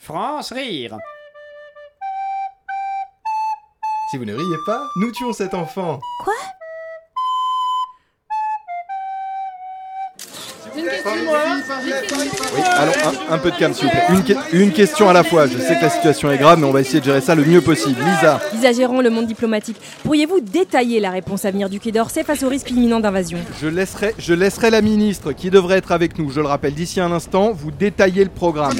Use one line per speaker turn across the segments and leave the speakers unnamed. France rire.
Si vous ne riez pas, nous tuons cet enfant.
Oui, allons, un, un peu de calme, s'il vous plaît. Une, que- une question à la fois. Je sais que la situation est grave, mais on va essayer de gérer ça le mieux possible. Lisa,
Lisa Gérant, Le Monde Diplomatique, pourriez-vous détailler la réponse à venir du Quai d'Orsay face au risque imminent d'invasion
je laisserai, je laisserai la ministre, qui devrait être avec nous, je le rappelle, d'ici un instant, vous détailler le programme.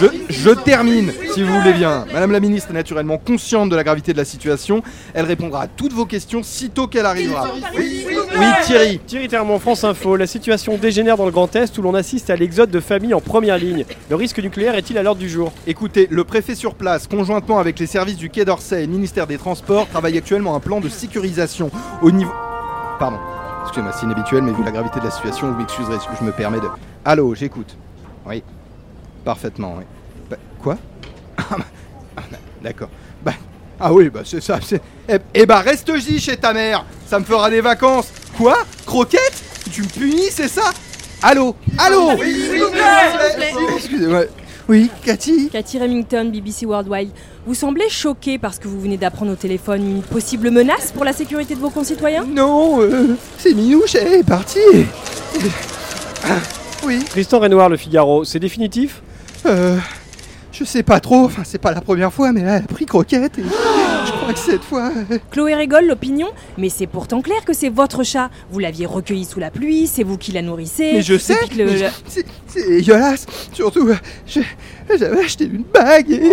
Je, je termine, si vous voulez bien. Madame la ministre est naturellement consciente de la gravité de la situation. Elle répondra à toutes vos questions sitôt qu'elle arrivera. Oui, Thierry.
Thierry Termon, France Info. La situation dégénère dans le Grand Est où l'on assiste à l'exode de familles en première ligne. Le risque nucléaire est-il à l'ordre du jour
Écoutez, le préfet sur place, conjointement avec les services du Quai d'Orsay et le ministère des Transports, travaille actuellement un plan de sécurisation au niveau. Pardon, excusez-moi, c'est inhabituel, mais vu la gravité de la situation, vous m'excuserez si je me permets de. Allô, j'écoute. Oui, parfaitement, oui. Bah, quoi Ah, bah, ah, bah, D'accord. Bah, ah oui, bah c'est ça. c'est- Eh, eh bah reste-y chez ta mère Ça me fera des vacances Quoi Croquette Tu me punis, c'est ça Allô Allô Excusez-moi. Oui, Cathy
Cathy Remington, BBC Worldwide, vous semblez choquée parce que vous venez d'apprendre au téléphone une possible menace pour la sécurité de vos concitoyens
Non, euh, c'est Minouche, elle est partie. Ah, oui,
Tristan Renoir, Le Figaro. C'est définitif
euh, je sais pas trop, enfin c'est pas la première fois, mais là, elle a pris croquette et je crois que cette fois... euh,
Chloé rigole, l'opinion, mais c'est pourtant clair que c'est votre chat. Vous l'aviez recueilli sous la pluie, c'est vous qui la nourrissez.
mais je sais,
Depuis que le-
mais je-
le-
c'est- c'est dégueulasse, surtout euh, je- j'avais acheté une bague et...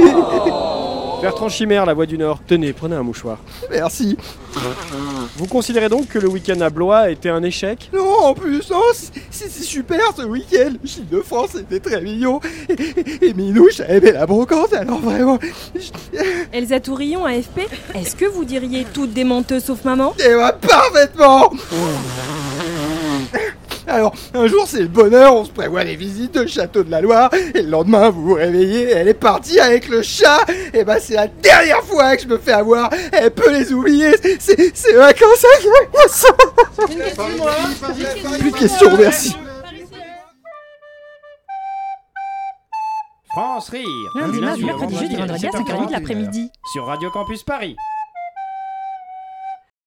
Bertrand Chimère, La Voix du Nord. Tenez, prenez un mouchoir.
Merci.
Vous considérez donc que le week-end à Blois était un échec
Non, en plus, non, c'est- c'est c'est super ce week-end. Le Gilles de France était très mignon. Et, et- et Minouche a aimé la brocante, alors vraiment... je-
Elsa Tourillon, AFP, est-ce que vous diriez toutes des menteuses sauf maman
Et bah, parfaitement Alors, un jour c'est le bonheur, on se prévoit les visites de Château de la Loire, et le lendemain vous vous réveillez, elle est partie avec le chat Et bah c'est la dernière fois que je me fais avoir, elle peut les oublier, c'est c'est vacances à Plus de questions, merci
France rire.
Ah,
Ah, Lundi, mardi, mercredi, jeudi, vendredi à 5h30 de
7h40,
l'après-midi.
Sur Radio Campus Paris.